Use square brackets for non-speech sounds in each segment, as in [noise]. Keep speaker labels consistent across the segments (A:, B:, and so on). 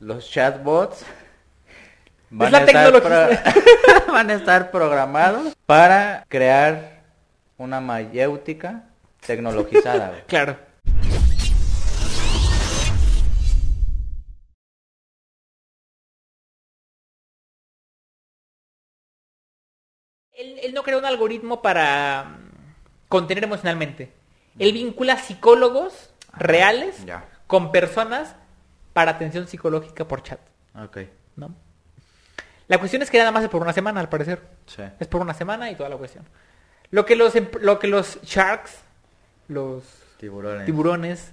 A: los chatbots van,
B: la
A: a estar
B: tecnología. [laughs]
A: pro- van a estar programados para crear una mayéutica tecnologizada.
B: [laughs]
A: güey.
B: Claro. Él, él no creó un algoritmo para mm, contener emocionalmente. Él vincula psicólogos reales
A: ya.
B: con personas para atención psicológica por chat,
A: Ok,
B: ¿no? La cuestión es que nada más es por una semana, al parecer.
A: sí.
B: Es por una semana y toda la cuestión. Lo que los, em- lo que los sharks, los
A: Tiburones.
B: tiburones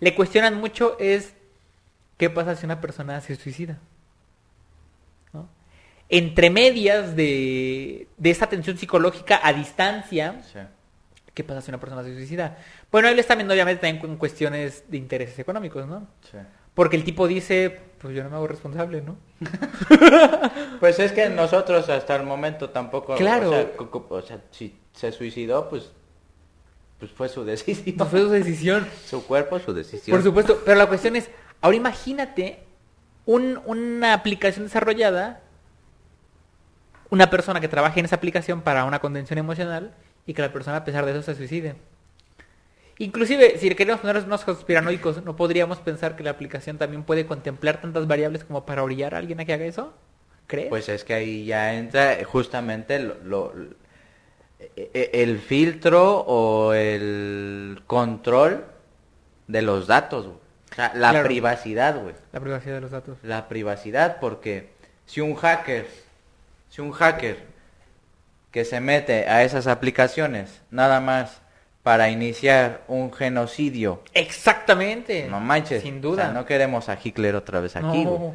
B: le cuestionan mucho es qué pasa si una persona se suicida. ¿No? Entre medias de, de esa atención psicológica a distancia,
A: Sí.
B: ¿qué pasa si una persona se suicida? Bueno, él está viendo obviamente también con cuestiones de intereses económicos, ¿no?
A: Sí.
B: Porque el tipo dice, pues yo no me hago responsable, ¿no?
A: Pues es que nosotros hasta el momento tampoco...
B: Claro.
A: O sea, cu- cu- o sea, si se suicidó, pues, pues fue su decisión.
B: No fue su decisión.
A: Su cuerpo, su decisión.
B: Por supuesto, pero la cuestión es, ahora imagínate un- una aplicación desarrollada, una persona que trabaje en esa aplicación para una contención emocional y que la persona a pesar de eso se suicide. Inclusive, si queremos ponernos unos conspiranoicos, ¿no podríamos pensar que la aplicación también puede contemplar tantas variables como para orillar a alguien a que haga eso? ¿Crees?
A: Pues es que ahí ya entra eh, justamente lo, lo- e- e- el filtro o el control de los datos, güey. O sea, la
B: Claro.
A: privacidad, güey.
B: la privacidad de los datos.
A: La privacidad, porque si un hacker, si un hacker que se mete a esas aplicaciones nada más para iniciar un genocidio,
B: Exactamente.
A: no manches,
B: Sin
A: o
B: duda.
A: sea, no queremos a Hitler otra vez aquí,
B: No.
A: güey.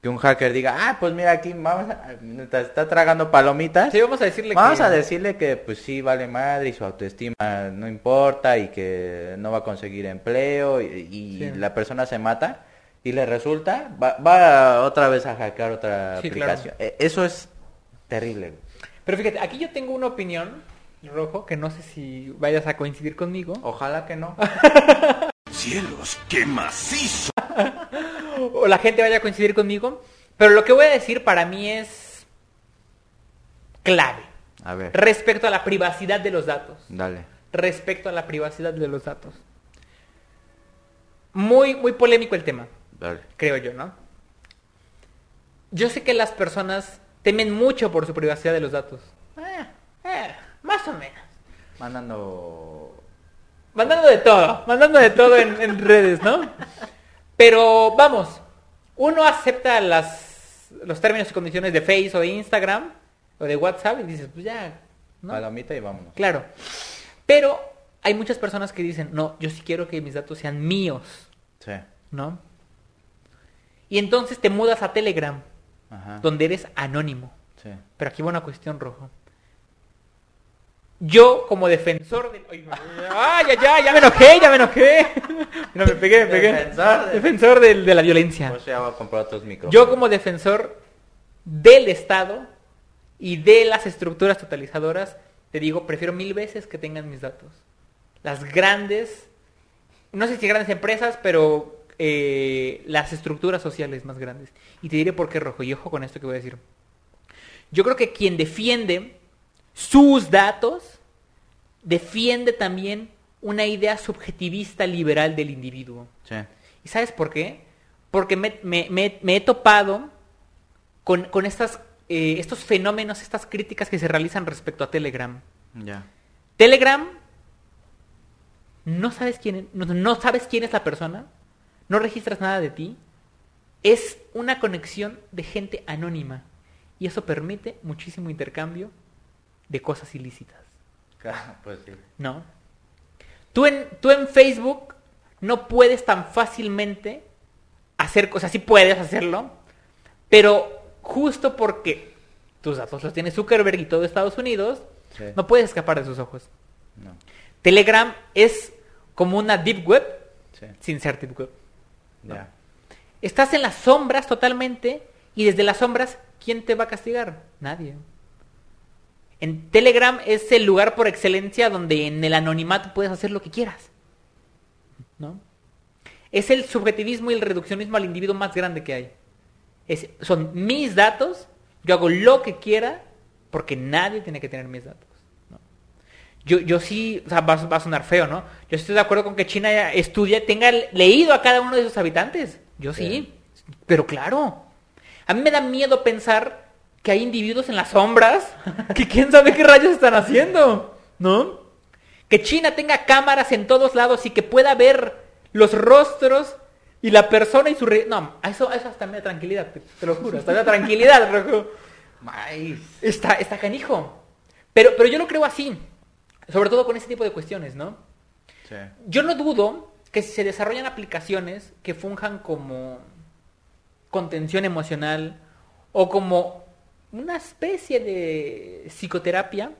A: que un hacker diga, ah, pues mira, aquí vamos a- mientras está tragando palomitas,
B: Sí, vamos a decirle
A: vamos
B: que-
A: a decirle que pues sí vale madre y su autoestima no importa y que no va a conseguir empleo y, y
B: Sí.
A: la persona se mata y le resulta, va, va otra vez a hackear otra
B: Sí, claro.
A: aplicación. E- Eso es terrible. güey.
B: Pero fíjate, aquí yo tengo una opinión, Rojo, que no sé si vayas a coincidir conmigo.
A: Ojalá que no.
C: Cielos, qué macizo.
B: o la gente vaya a coincidir conmigo. Pero lo que voy a decir para mí es clave.
A: A ver,
B: Respecto a la privacidad de los datos.
A: dale.
B: Respecto a la privacidad de los datos. Muy, muy polémico el tema,
A: Dale.
B: creo yo, ¿no? Yo sé que las personas temen mucho por su privacidad de los datos. Eh, eh, más o menos.
A: Mandando...
B: Mandando de todo, mandando de todo en, en redes, ¿no? Pero vamos, uno acepta las, los términos y condiciones de Face o de Instagram o de WhatsApp y dices, pues ya, ¿no?
A: Palomita y vámonos.
B: Claro. Pero hay muchas personas que dicen, no, yo sí quiero que mis datos sean míos,
A: Sí.
B: ¿no? Y entonces te mudas a Telegram,
A: Ajá.
B: donde eres anónimo.
A: Sí.
B: Pero aquí va una cuestión, Rojo. Yo, como defensor del... ¡Ay, ay, ay! ay, ¡Ya me enojé, ya me enojé! [laughs] No, me pegué, me pegué.
A: Defensor de-
B: Defensor del- de la violencia.
A: Pues ya voy a comprar otros micrófonos.
B: Yo, como defensor del Estado y de las estructuras totalizadoras, te digo, prefiero mil veces que tengan mis datos. Las grandes... No sé si grandes empresas, pero eh, las estructuras sociales más grandes. Y te diré por qué, Rojo. Y ojo con esto que voy a decir. Yo creo que quien defiende sus datos defiende también una idea subjetivista liberal del individuo.
A: Sí.
B: ¿Y sabes por qué? Porque me, me- me- me he topado con, con estas, eh, estos fenómenos, estas críticas que se realizan respecto a Telegram.
A: Ya.
B: Telegram, no sabes quién, no, no sabes quién es la persona, no registras nada de ti, es una conexión de gente anónima y eso permite muchísimo intercambio de cosas ilícitas,
A: Claro, [laughs] pues sí.
B: ¿no? Tú en, tú en Facebook no puedes tan fácilmente hacer cosas, sí puedes hacerlo, pero justo porque tus datos los tiene Zuckerberg y todo Estados Unidos,
A: Sí.
B: no puedes escapar de sus ojos.
A: No.
B: Telegram es como una deep web
A: Sí.
B: sin ser deep web.
A: Ya.
B: Estás en las sombras totalmente y desde las sombras, ¿quién te va a castigar? Nadie. En Telegram es el lugar por excelencia donde en el anonimato puedes hacer lo que quieras. ¿No? Es el subjetivismo y el reduccionismo al individuo más grande que hay. Es- son mis datos, yo hago lo que quiera, porque nadie tiene que tener mis datos. ¿no? Yo, yo sí, o sea, va, va a sonar feo, ¿no? Yo estoy de acuerdo con que China ya estudia, tenga leído a cada uno de sus habitantes. Yo sí,
A: Sí.
B: pero claro. A mí me da miedo pensar que hay individuos en las sombras que quién sabe qué rayos están haciendo, ¿no? Que China tenga cámaras en todos lados y que pueda ver los rostros y la persona y su... re- No, eso, eso hasta me da tranquilidad, te, te lo juro, hasta me da tranquilidad, [laughs] Rojo. Está, está canijo. Pero, pero yo lo creo así, sobre todo con ese tipo de cuestiones, ¿no?
A: Sí.
B: Yo no dudo que si se desarrollan aplicaciones que funjan como contención emocional o como una especie de psicoterapia,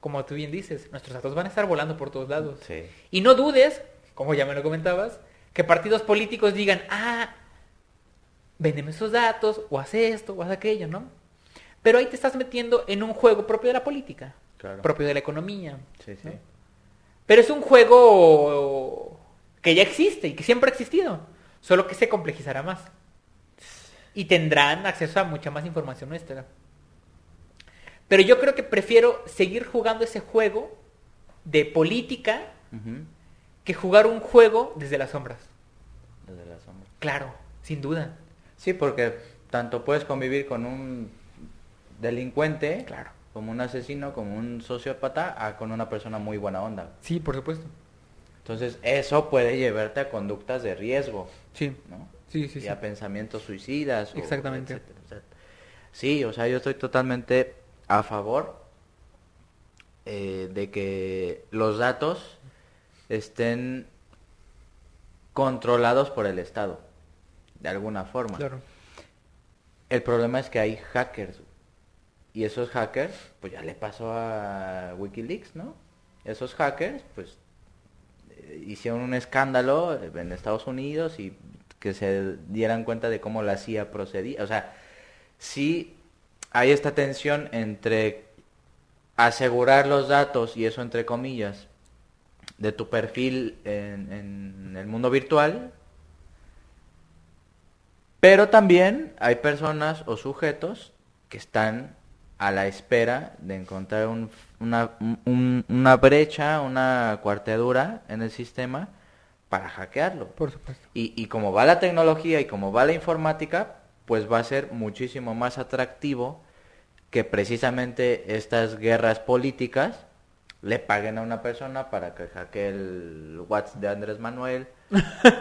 B: como tú bien dices, nuestros datos van a estar volando por todos lados.
A: Sí.
B: Y no dudes, como ya me lo comentabas, que partidos políticos digan, ah, véndeme esos datos, o haz esto, o haz aquello, ¿no? Pero ahí te estás metiendo en un juego propio de la política,
A: Claro.
B: propio de la economía.
A: Sí, sí.
B: ¿no? Pero es un juego que ya existe y que siempre ha existido. Solo que se complejizará más. Y tendrán acceso a mucha más información nuestra. Pero yo creo que prefiero seguir jugando ese juego de política
A: Ujú.
B: que jugar un juego desde las sombras.
A: Desde la sombra.
B: Claro, sin duda.
A: Sí, porque tanto puedes convivir con un delincuente,
B: Claro.
A: como un asesino, como un sociópata, a con una persona muy buena onda.
B: Sí, por supuesto.
A: Entonces, eso puede llevarte a conductas de riesgo,
B: Sí.
A: ¿no?
B: Sí, sí,
A: y
B: sí.
A: a pensamientos suicidas. o
B: Exactamente.
A: etcétera, etcétera. Sí, o sea, yo estoy totalmente a favor eh, de que los datos estén controlados por el Estado, de alguna forma.
B: Claro.
A: El problema es que hay hackers. güey. Y esos hackers, pues ya le pasó a Wikileaks, ¿no? Esos hackers, pues, eh, hicieron un escándalo en Estados Unidos y que se dieran cuenta de cómo la CIA procedía. O sea, sí hay esta tensión entre asegurar los datos, y eso entre comillas, de tu perfil en, en el mundo virtual, pero también hay personas o sujetos que están a la espera de encontrar un- una, un- una brecha, una cuarteadura en el sistema para hackearlo.
B: Por supuesto.
A: Y, y como va la tecnología y como va la informática, pues va a ser muchísimo más atractivo que precisamente estas guerras políticas le paguen a una persona para que hackee el WhatsApp de Andrés Manuel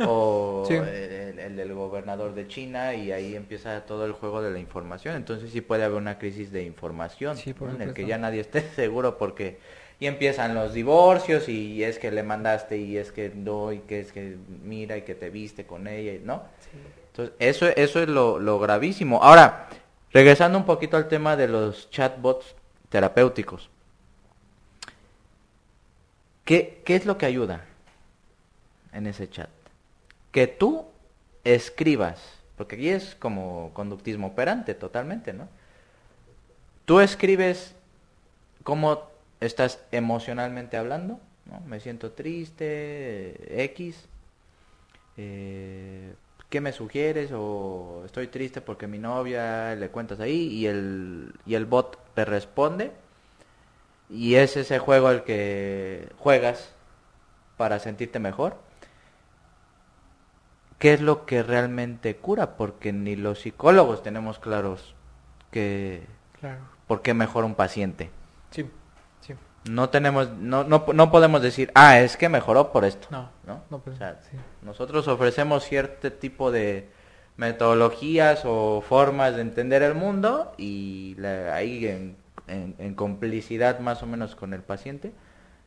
A: o
B: Sí.
A: el, el- el del gobernador de China y ahí empieza todo el juego de la información. Entonces sí puede haber una crisis de información
B: Sí, por
A: ¿no? en el que
B: supuesto.
A: ya nadie esté [laughs] seguro porque y empiezan los divorcios y es que le mandaste y es que no y que es que mira y que te viste con ella, y- ¿no? Entonces, eso, eso es lo, lo gravísimo. Ahora, regresando un poquito al tema de los chatbots terapéuticos. ¿Qué, qué es lo que ayuda en ese chat? Que tú escribas, porque aquí es como conductismo operante totalmente, ¿no? Tú escribes cómo estás emocionalmente hablando, ¿no? Me siento triste, eh, X. eh, ¿Qué me sugieres? O estoy triste porque mi novia le cuentas ahí y el, y el bot te responde. Y es ese juego el que juegas para sentirte mejor. ¿Qué es lo que realmente cura? Porque ni los psicólogos tenemos claros que,
B: Claro.
A: por qué mejora un paciente.
B: Sí. Sí.
A: No tenemos, no, no, no podemos decir, ah, es que mejoró por esto.
B: No, no podemos,
A: O sea,
B: sí.
A: Nosotros ofrecemos cierto tipo de metodologías o formas de entender el mundo y la- ahí en, en- en complicidad más o menos con el paciente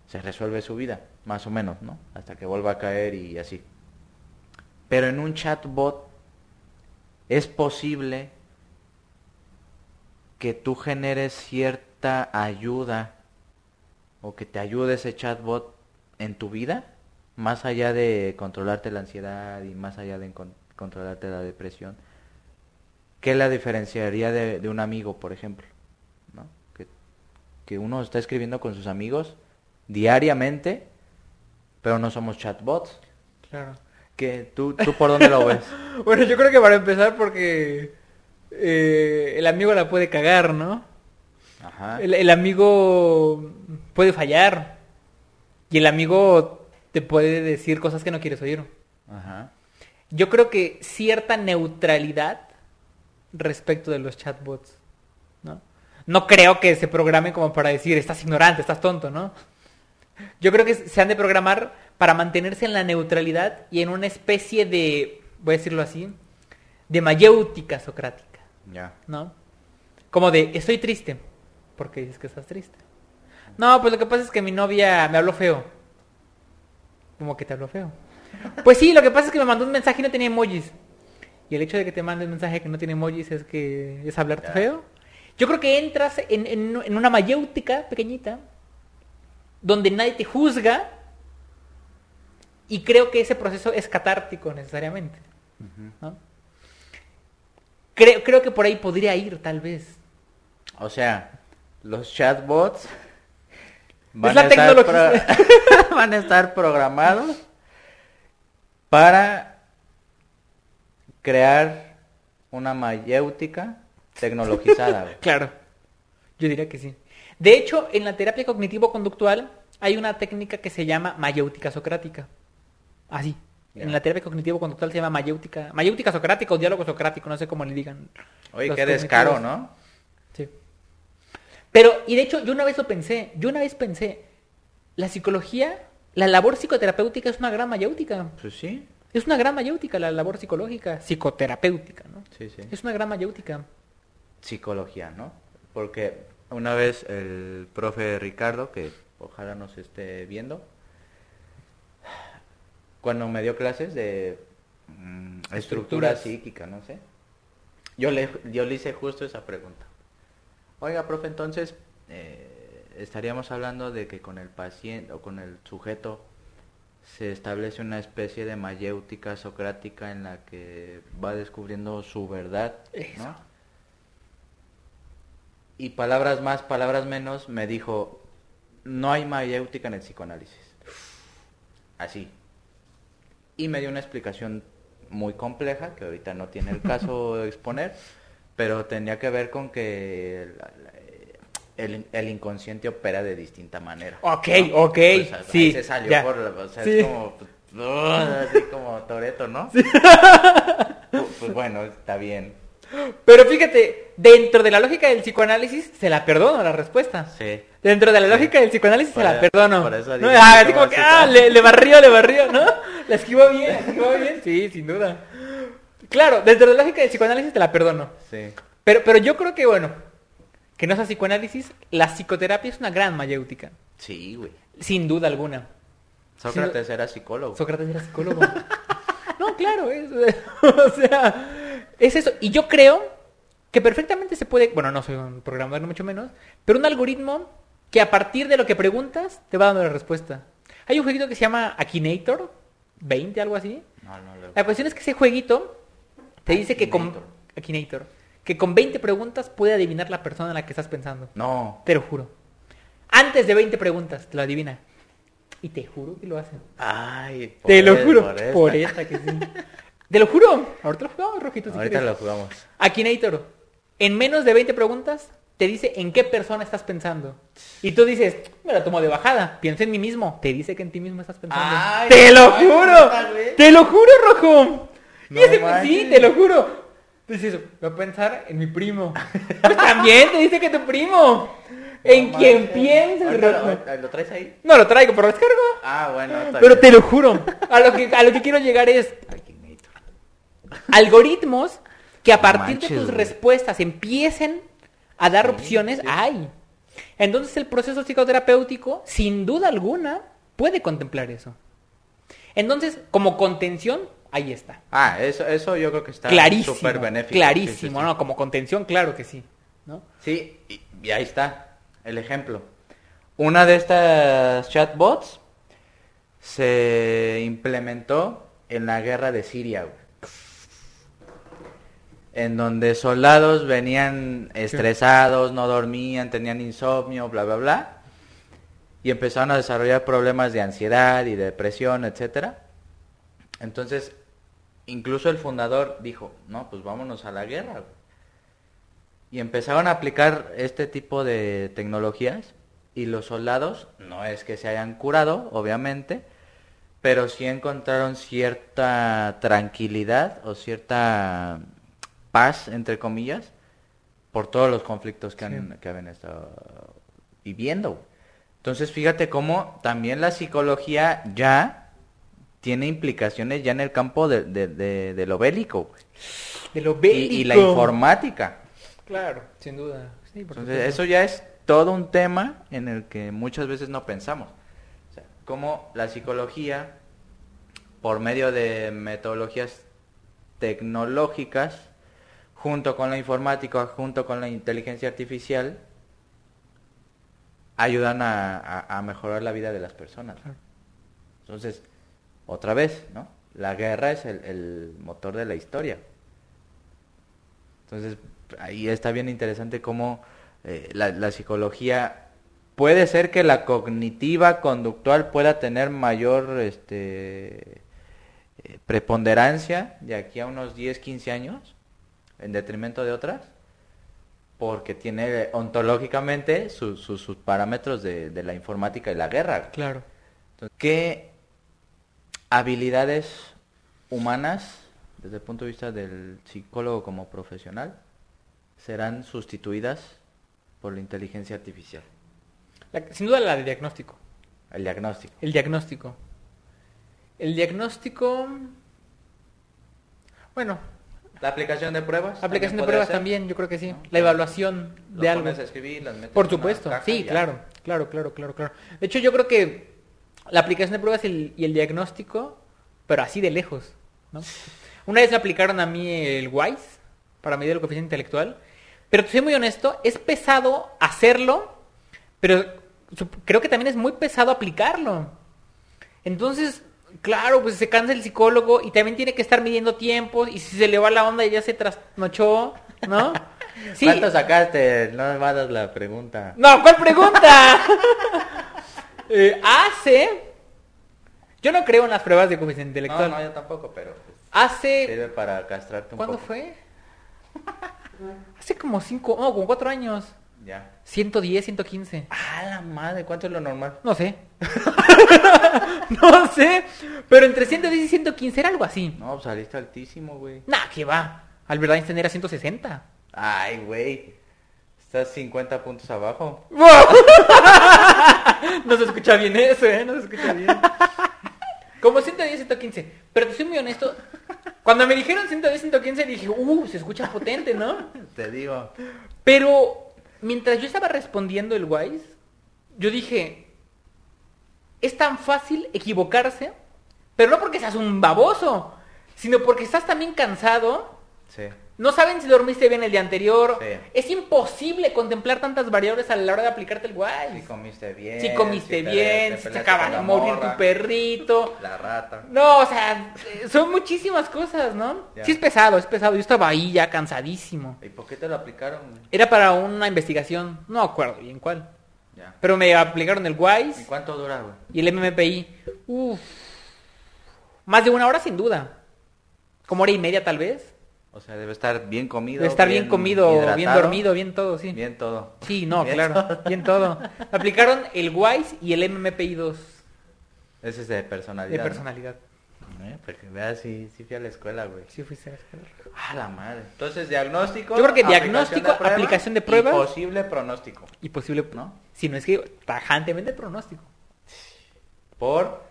A: se resuelve su vida, más o menos, ¿no? Hasta que vuelva a caer y así. Pero en un chatbot es posible que tú generes cierta ayuda o que te ayude ese chatbot en tu vida, más allá de controlarte la ansiedad y más allá de encon- controlarte la depresión, ¿qué la diferenciaría de, de un amigo, por ejemplo? ¿no? Que, que uno está escribiendo con sus amigos diariamente, pero no somos chatbots.
B: Claro.
A: ¿Qué? ¿Tú, ¿Tú por dónde lo ves?
B: Bueno, yo creo que para empezar porque eh, el amigo la puede cagar, ¿no?
A: Ajá.
B: El, el amigo puede fallar. Y el amigo te puede decir cosas que no quieres oír.
A: Ajá.
B: Yo creo que cierta neutralidad respecto de los chatbots, ¿no? No creo que se programen como para decir, estás ignorante, estás tonto, ¿no? Yo creo que se han de programar para mantenerse en la neutralidad y en una especie de, voy a decirlo así, de mayéutica socrática.
A: Ya.
B: ¿no? Como de, estoy triste. Porque dices que estás triste. No, pues lo que pasa es que mi novia me habló feo. Como que te habló feo. Pues sí, lo que pasa es que me mandó un mensaje y no tenía emojis. Y el hecho de que te mande un mensaje que no tiene emojis es que es hablarte
A: Ya.
B: feo. Yo creo que entras en, en- en una mayéutica pequeñita donde nadie te juzga y creo que ese proceso es catártico necesariamente. ¿no? Creo, creo que por ahí podría ir, tal vez.
A: O sea, los chatbots
B: Es la tecnología.
A: estar pro- [laughs] van a estar programados para crear una mayéutica tecnologizada. güey.
B: Claro. Yo diría que sí. De hecho, en la terapia cognitivo-conductual hay una técnica que se llama mayéutica socrática. Así.
A: Ya.
B: En la terapia cognitivo-conductual se llama mayéutica, mayéutica socrática o diálogo socrático, no sé cómo le digan.
A: Oye,
B: los
A: qué descaro,
B: cognitivos.
A: ¿no?
B: Sí. Pero, y de hecho, yo una vez lo pensé, yo una vez pensé, la psicología, la labor psicoterapéutica es una gran mayéutica.
A: Pues sí,
B: Es una gran mayéutica la labor psicológica, psicoterapéutica, ¿no?
A: sí, sí.
B: Es una gran mayéutica.
A: Psicología, ¿no? Porque una vez el profe Ricardo, que ojalá nos esté viendo, cuando me dio clases de mm, estructura
B: Estructuras.
A: psíquica, no sé, yo le, yo le hice justo esa pregunta. Oiga, profe, entonces eh, estaríamos hablando de que con el paciente o con el sujeto se establece una especie de mayéutica socrática en la que va descubriendo su verdad,
B: Eso.
A: ¿no? Y palabras más, palabras menos, me dijo, no hay mayéutica en el psicoanálisis. Así. Y me dio una explicación muy compleja, que ahorita no tiene el
B: [laughs]
A: caso de exponer, pero tenía que ver con que el, el- el inconsciente opera de distinta manera.
B: Ok,
A: ¿no?
B: ok,
A: Pues, ahí
B: sí,
A: se salió
B: ya.
A: por la- o sea,
B: Sí.
A: es como... pues, así como Toreto, ¿no? Pues, pues bueno, está bien.
B: Pero fíjate, dentro de la lógica del psicoanálisis se la perdono la respuesta.
A: Sí.
B: Dentro de la lógica del psicoanálisis
A: Por
B: se la
A: eso-
B: perdono.
A: por eso
B: ¿No?
A: digo que
B: Ah, así
A: no
B: como que,
A: se
B: ah,
A: sabe.
B: le, le barrió, le barrió, ¿no? La esquivó bien, la esquivó bien. Sí, sin duda. Claro, dentro de la lógica del psicoanálisis te la perdono.
A: Sí.
B: Pero, pero yo creo que, bueno, que no sea psicoanálisis, la psicoterapia es una gran mayéutica.
A: Sí, güey.
B: Sin duda alguna.
A: Sócrates era psicólogo.
B: Sócrates era psicólogo. [laughs] no, claro, es, [laughs] o sea, es eso. Y yo creo que perfectamente se puede, bueno, no soy un programador, ni mucho menos, pero un algoritmo que a partir de lo que preguntas te va dando la respuesta. Hay un jueguito que se llama Akinator 20, algo así.
A: No, no, lo-
B: La cuestión es que ese jueguito te dice que con
A: Akinator.
B: Akinator, que con 20 preguntas puede adivinar la persona en la que estás pensando.
A: No.
B: Te lo juro. Antes de 20 preguntas, te lo adivina. Y te juro que lo hacen.
A: Ay, por
B: Te lo
A: es-
B: juro,
A: por
B: por
A: esta.
B: esta. que sí. Te lo juro. Ahorita lo jugamos, Rojito, si
A: Ahorita lo
B: quieres.
A: jugamos.
B: Akinator, en menos de 20 preguntas, te dice en qué persona estás pensando. Y tú dices, me la tomo de bajada, pienso en mí mismo. Te dice que en ti mismo estás pensando.
A: Ay,
B: ¡Te lo
A: ay,
B: juro!
A: puta, güey.
B: ¡Te lo juro, Rojo! Y
A: No
B: ese- sí,
A: manches.
B: te lo juro. Dices, voy a pensar en mi primo. [laughs] Pues también te dice que tu primo. ¿En
A: No
B: quién
A: manches.
B: piensas,
A: Ahorita
B: Rojo?
A: lo- ¿Lo traes ahí?
B: No lo traigo, pero lo descargo.
A: Ah, bueno. está
B: Pero
A: bien.
B: te lo juro, a lo que, a lo que quiero llegar es
A: Akinator.
B: algoritmos que a
A: No
B: partir de
A: manches,
B: tus
A: güey.
B: respuestas empiecen a dar
A: Sí,
B: opciones,
A: sí.
B: hay. Entonces el proceso psicoterapéutico, sin duda alguna, puede contemplar eso. Entonces, como contención, ahí está.
A: Ah, eso, eso yo creo que está
B: clarísimo.
A: súper benéfico.
B: Clarísimo,
A: Sí, sí, sí.
B: ¿no? Como contención, claro que sí. ¿no?
A: Sí, y, y ahí está el ejemplo. Una de estas chatbots se implementó en la guerra de Siria, güey. En donde soldados venían estresados, no dormían, tenían insomnio, bla, bla, bla. Y empezaron a desarrollar problemas de ansiedad y depresión, etcétera. Entonces, incluso el fundador dijo, no, pues vámonos a la guerra. güey". Y empezaron a aplicar este tipo de tecnologías y los soldados, no es que se hayan curado, obviamente, pero sí encontraron cierta tranquilidad o cierta paz, entre comillas, por todos los conflictos que, han, que habían estado viviendo. güey. Entonces, fíjate cómo también la psicología ya tiene implicaciones ya en el campo de, de- de- de lo bélico güey.
B: De lo
A: Y-
B: bélico.
A: Y, la informática.
B: Claro, sin duda. Sí, por
A: Entonces,
B: supuesto.
A: eso ya es todo un tema en el que muchas veces no pensamos. O sea, cómo la psicología, por medio de metodologías tecnológicas, junto con la informática, junto con la inteligencia artificial, ayudan a, a- a mejorar la vida de las personas.
B: Claro.
A: Entonces, otra vez, ¿no? La guerra es el, el motor de la historia. Entonces, ahí está bien interesante cómo eh, la, la psicología puede ser que la cognitiva conductual pueda tener mayor este eh, preponderancia de aquí a unos 10, 15 años en detrimento de otras porque tiene eh, ontológicamente su- su- sus parámetros de, de la informática y la guerra.
B: Claro.
A: Entonces, ¿Qué habilidades humanas, desde el punto de vista del psicólogo como profesional, serán sustituidas por la inteligencia artificial?
B: La- sin duda la de diagnóstico.
A: El diagnóstico.
B: El diagnóstico. El diagnóstico... Bueno,
A: La aplicación de pruebas.
B: aplicación de
A: podría
B: pruebas
A: ser.
B: también, yo creo que sí.
A: ¿No?
B: La evaluación
A: Los
B: de algo.
A: pones a escribir, las metes
B: Por
A: en una
B: supuesto,
A: caja y
B: sí,
A: ya.
B: claro, claro, claro, claro, claro. De hecho, yo creo que la aplicación de pruebas y el, y el diagnóstico, pero así de lejos, ¿no? Una vez me aplicaron a mí el WISE para medir el coeficiente intelectual, pero te soy muy honesto, es pesado hacerlo, pero sup- creo que también es muy pesado aplicarlo. Entonces, claro, pues se cansa el psicólogo y también tiene que estar midiendo tiempos y si se le va la onda y ya se trasnochó,
A: [laughs]
B: ¿no?
A: ¿Cuánto sacaste? No me das la pregunta.
B: No, ¿cuál pregunta? [laughs] Eh, hace. Yo no creo en las pruebas de coeficiente
A: No,
B: intelectual.
A: no, yo tampoco, pero pues,
B: Hace.
A: sirve para castrarte un
B: ¿Cuándo
A: poco.
B: fue? Hace como cinco, no, como cuatro años.
A: Ya.
B: 110, 115.
A: Ah, la madre, ¿cuánto es lo normal?
B: No sé. [laughs] no sé. Pero entre 110 y 115 era algo así.
A: No, pues, saliste altísimo, güey.
B: Nah, que va. Albert Einstein era 160.
A: Ay, güey. Estás 50 puntos abajo.
B: No se escucha bien eso, ¿eh? No se escucha bien. Como 110, 115. Pero te soy muy honesto. Cuando me dijeron 110, 115 dije, uh, se escucha potente, ¿no?
A: Te digo.
B: Pero mientras yo estaba respondiendo el Wise, yo dije, es tan fácil equivocarse, pero no porque seas un baboso, sino porque estás también cansado
A: Sí.
B: no saben si dormiste bien el día anterior.
A: Sí.
B: Es imposible contemplar tantas variables a la hora de aplicarte el
A: Si
B: guay.
A: comiste bien.
B: si comiste
A: te-
B: bien, si te
A: Eh, peleaste
B: acaba
A: con
B: de
A: la
B: morir
A: morra,
B: tu perrito.
A: La rata.
B: No, o sea, eh, son muchísimas cosas, ¿no?
A: Ya.
B: Sí es pesado, es pesado. Yo estaba ahí ya cansadísimo.
A: ¿Y por qué te lo aplicaron? güey?
B: Era para una investigación, no acuerdo bien cuál.
A: Ya.
B: Pero me aplicaron el
A: ¿Y
B: WISE
A: cuánto dura, güey?
B: y el MMPI. Uf. Más de una hora sin duda. Como hora y media tal vez.
A: O sea, debe estar bien comido.
B: De estar bien, comido, bien
A: hidratado,
B: dormido, bien todo, sí.
A: Bien todo.
B: Sí, no,
A: Bien
B: claro,
A: todo.
B: bien todo. Me aplicaron el WISE y el MMPI2
A: Ese es de
B: de
A: personalidad. ¿no?
B: personalidad.
A: Eh, Porque veas, sí, sí fui a la escuela, güey.
B: Sí, fuiste a la escuela.
A: Ah, la madre. Entonces, diagnóstico.
B: Yo creo que
A: aplicación
B: diagnóstico,
A: de prueba
B: aplicación de
A: y
B: pruebas.
A: Posible pronóstico.
B: Y posible,
A: ¿No?
B: ¿no? Si no es que tajantemente pronóstico.
A: Por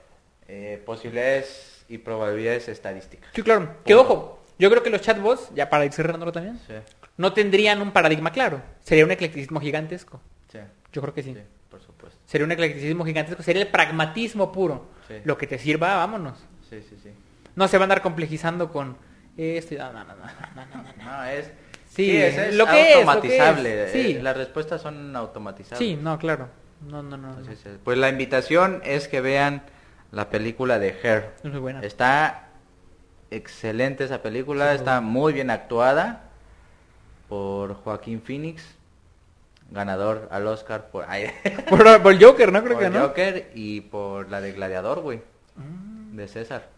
A: eh, posibilidades y probabilidades estadísticas.
B: Sí, claro. Que ojo, yo creo que los chatbots, ya para ir cerrándolo también,
A: Sí,
B: no tendrían un paradigma claro. Sería un eclecticismo gigantesco.
A: sí,
B: Yo creo que sí.
A: sí, por supuesto.
B: Sería un eclecticismo gigantesco. Sería el pragmatismo puro.
A: Sí.
B: Lo que te sirva, vámonos.
A: Sí, sí, sí.
B: No se va a andar complejizando con esto. y- ah, No, no, no, no, no, no, no. [laughs]
A: No, es...
B: Sí,
A: es,
B: lo que es, lo que
A: automatizable.
B: es, sí.
A: eh, Las respuestas son automatizables.
B: Sí, no, claro. No, no, no. no.
A: Entonces, eh, pues la invitación es que vean la película de Her.
B: Es muy buena.
A: Está excelente esa película,
B: Sí, muy
A: está muy bien actuada por Joaquín Phoenix, ganador al Oscar por, [laughs] ay,
B: [laughs] Por, por el Joker, ¿no? Creo
A: por
B: que no.
A: Joker y por la de Gladiador, güey, de César.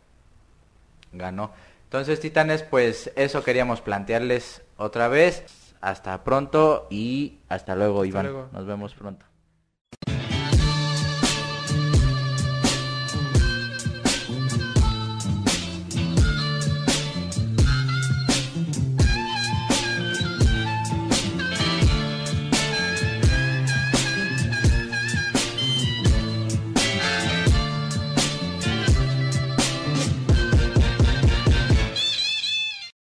A: ganó. Entonces, titanes, pues eso queríamos plantearles otra vez. Hasta pronto y hasta luego, Iván.
B: luego.
A: Nos vemos pronto.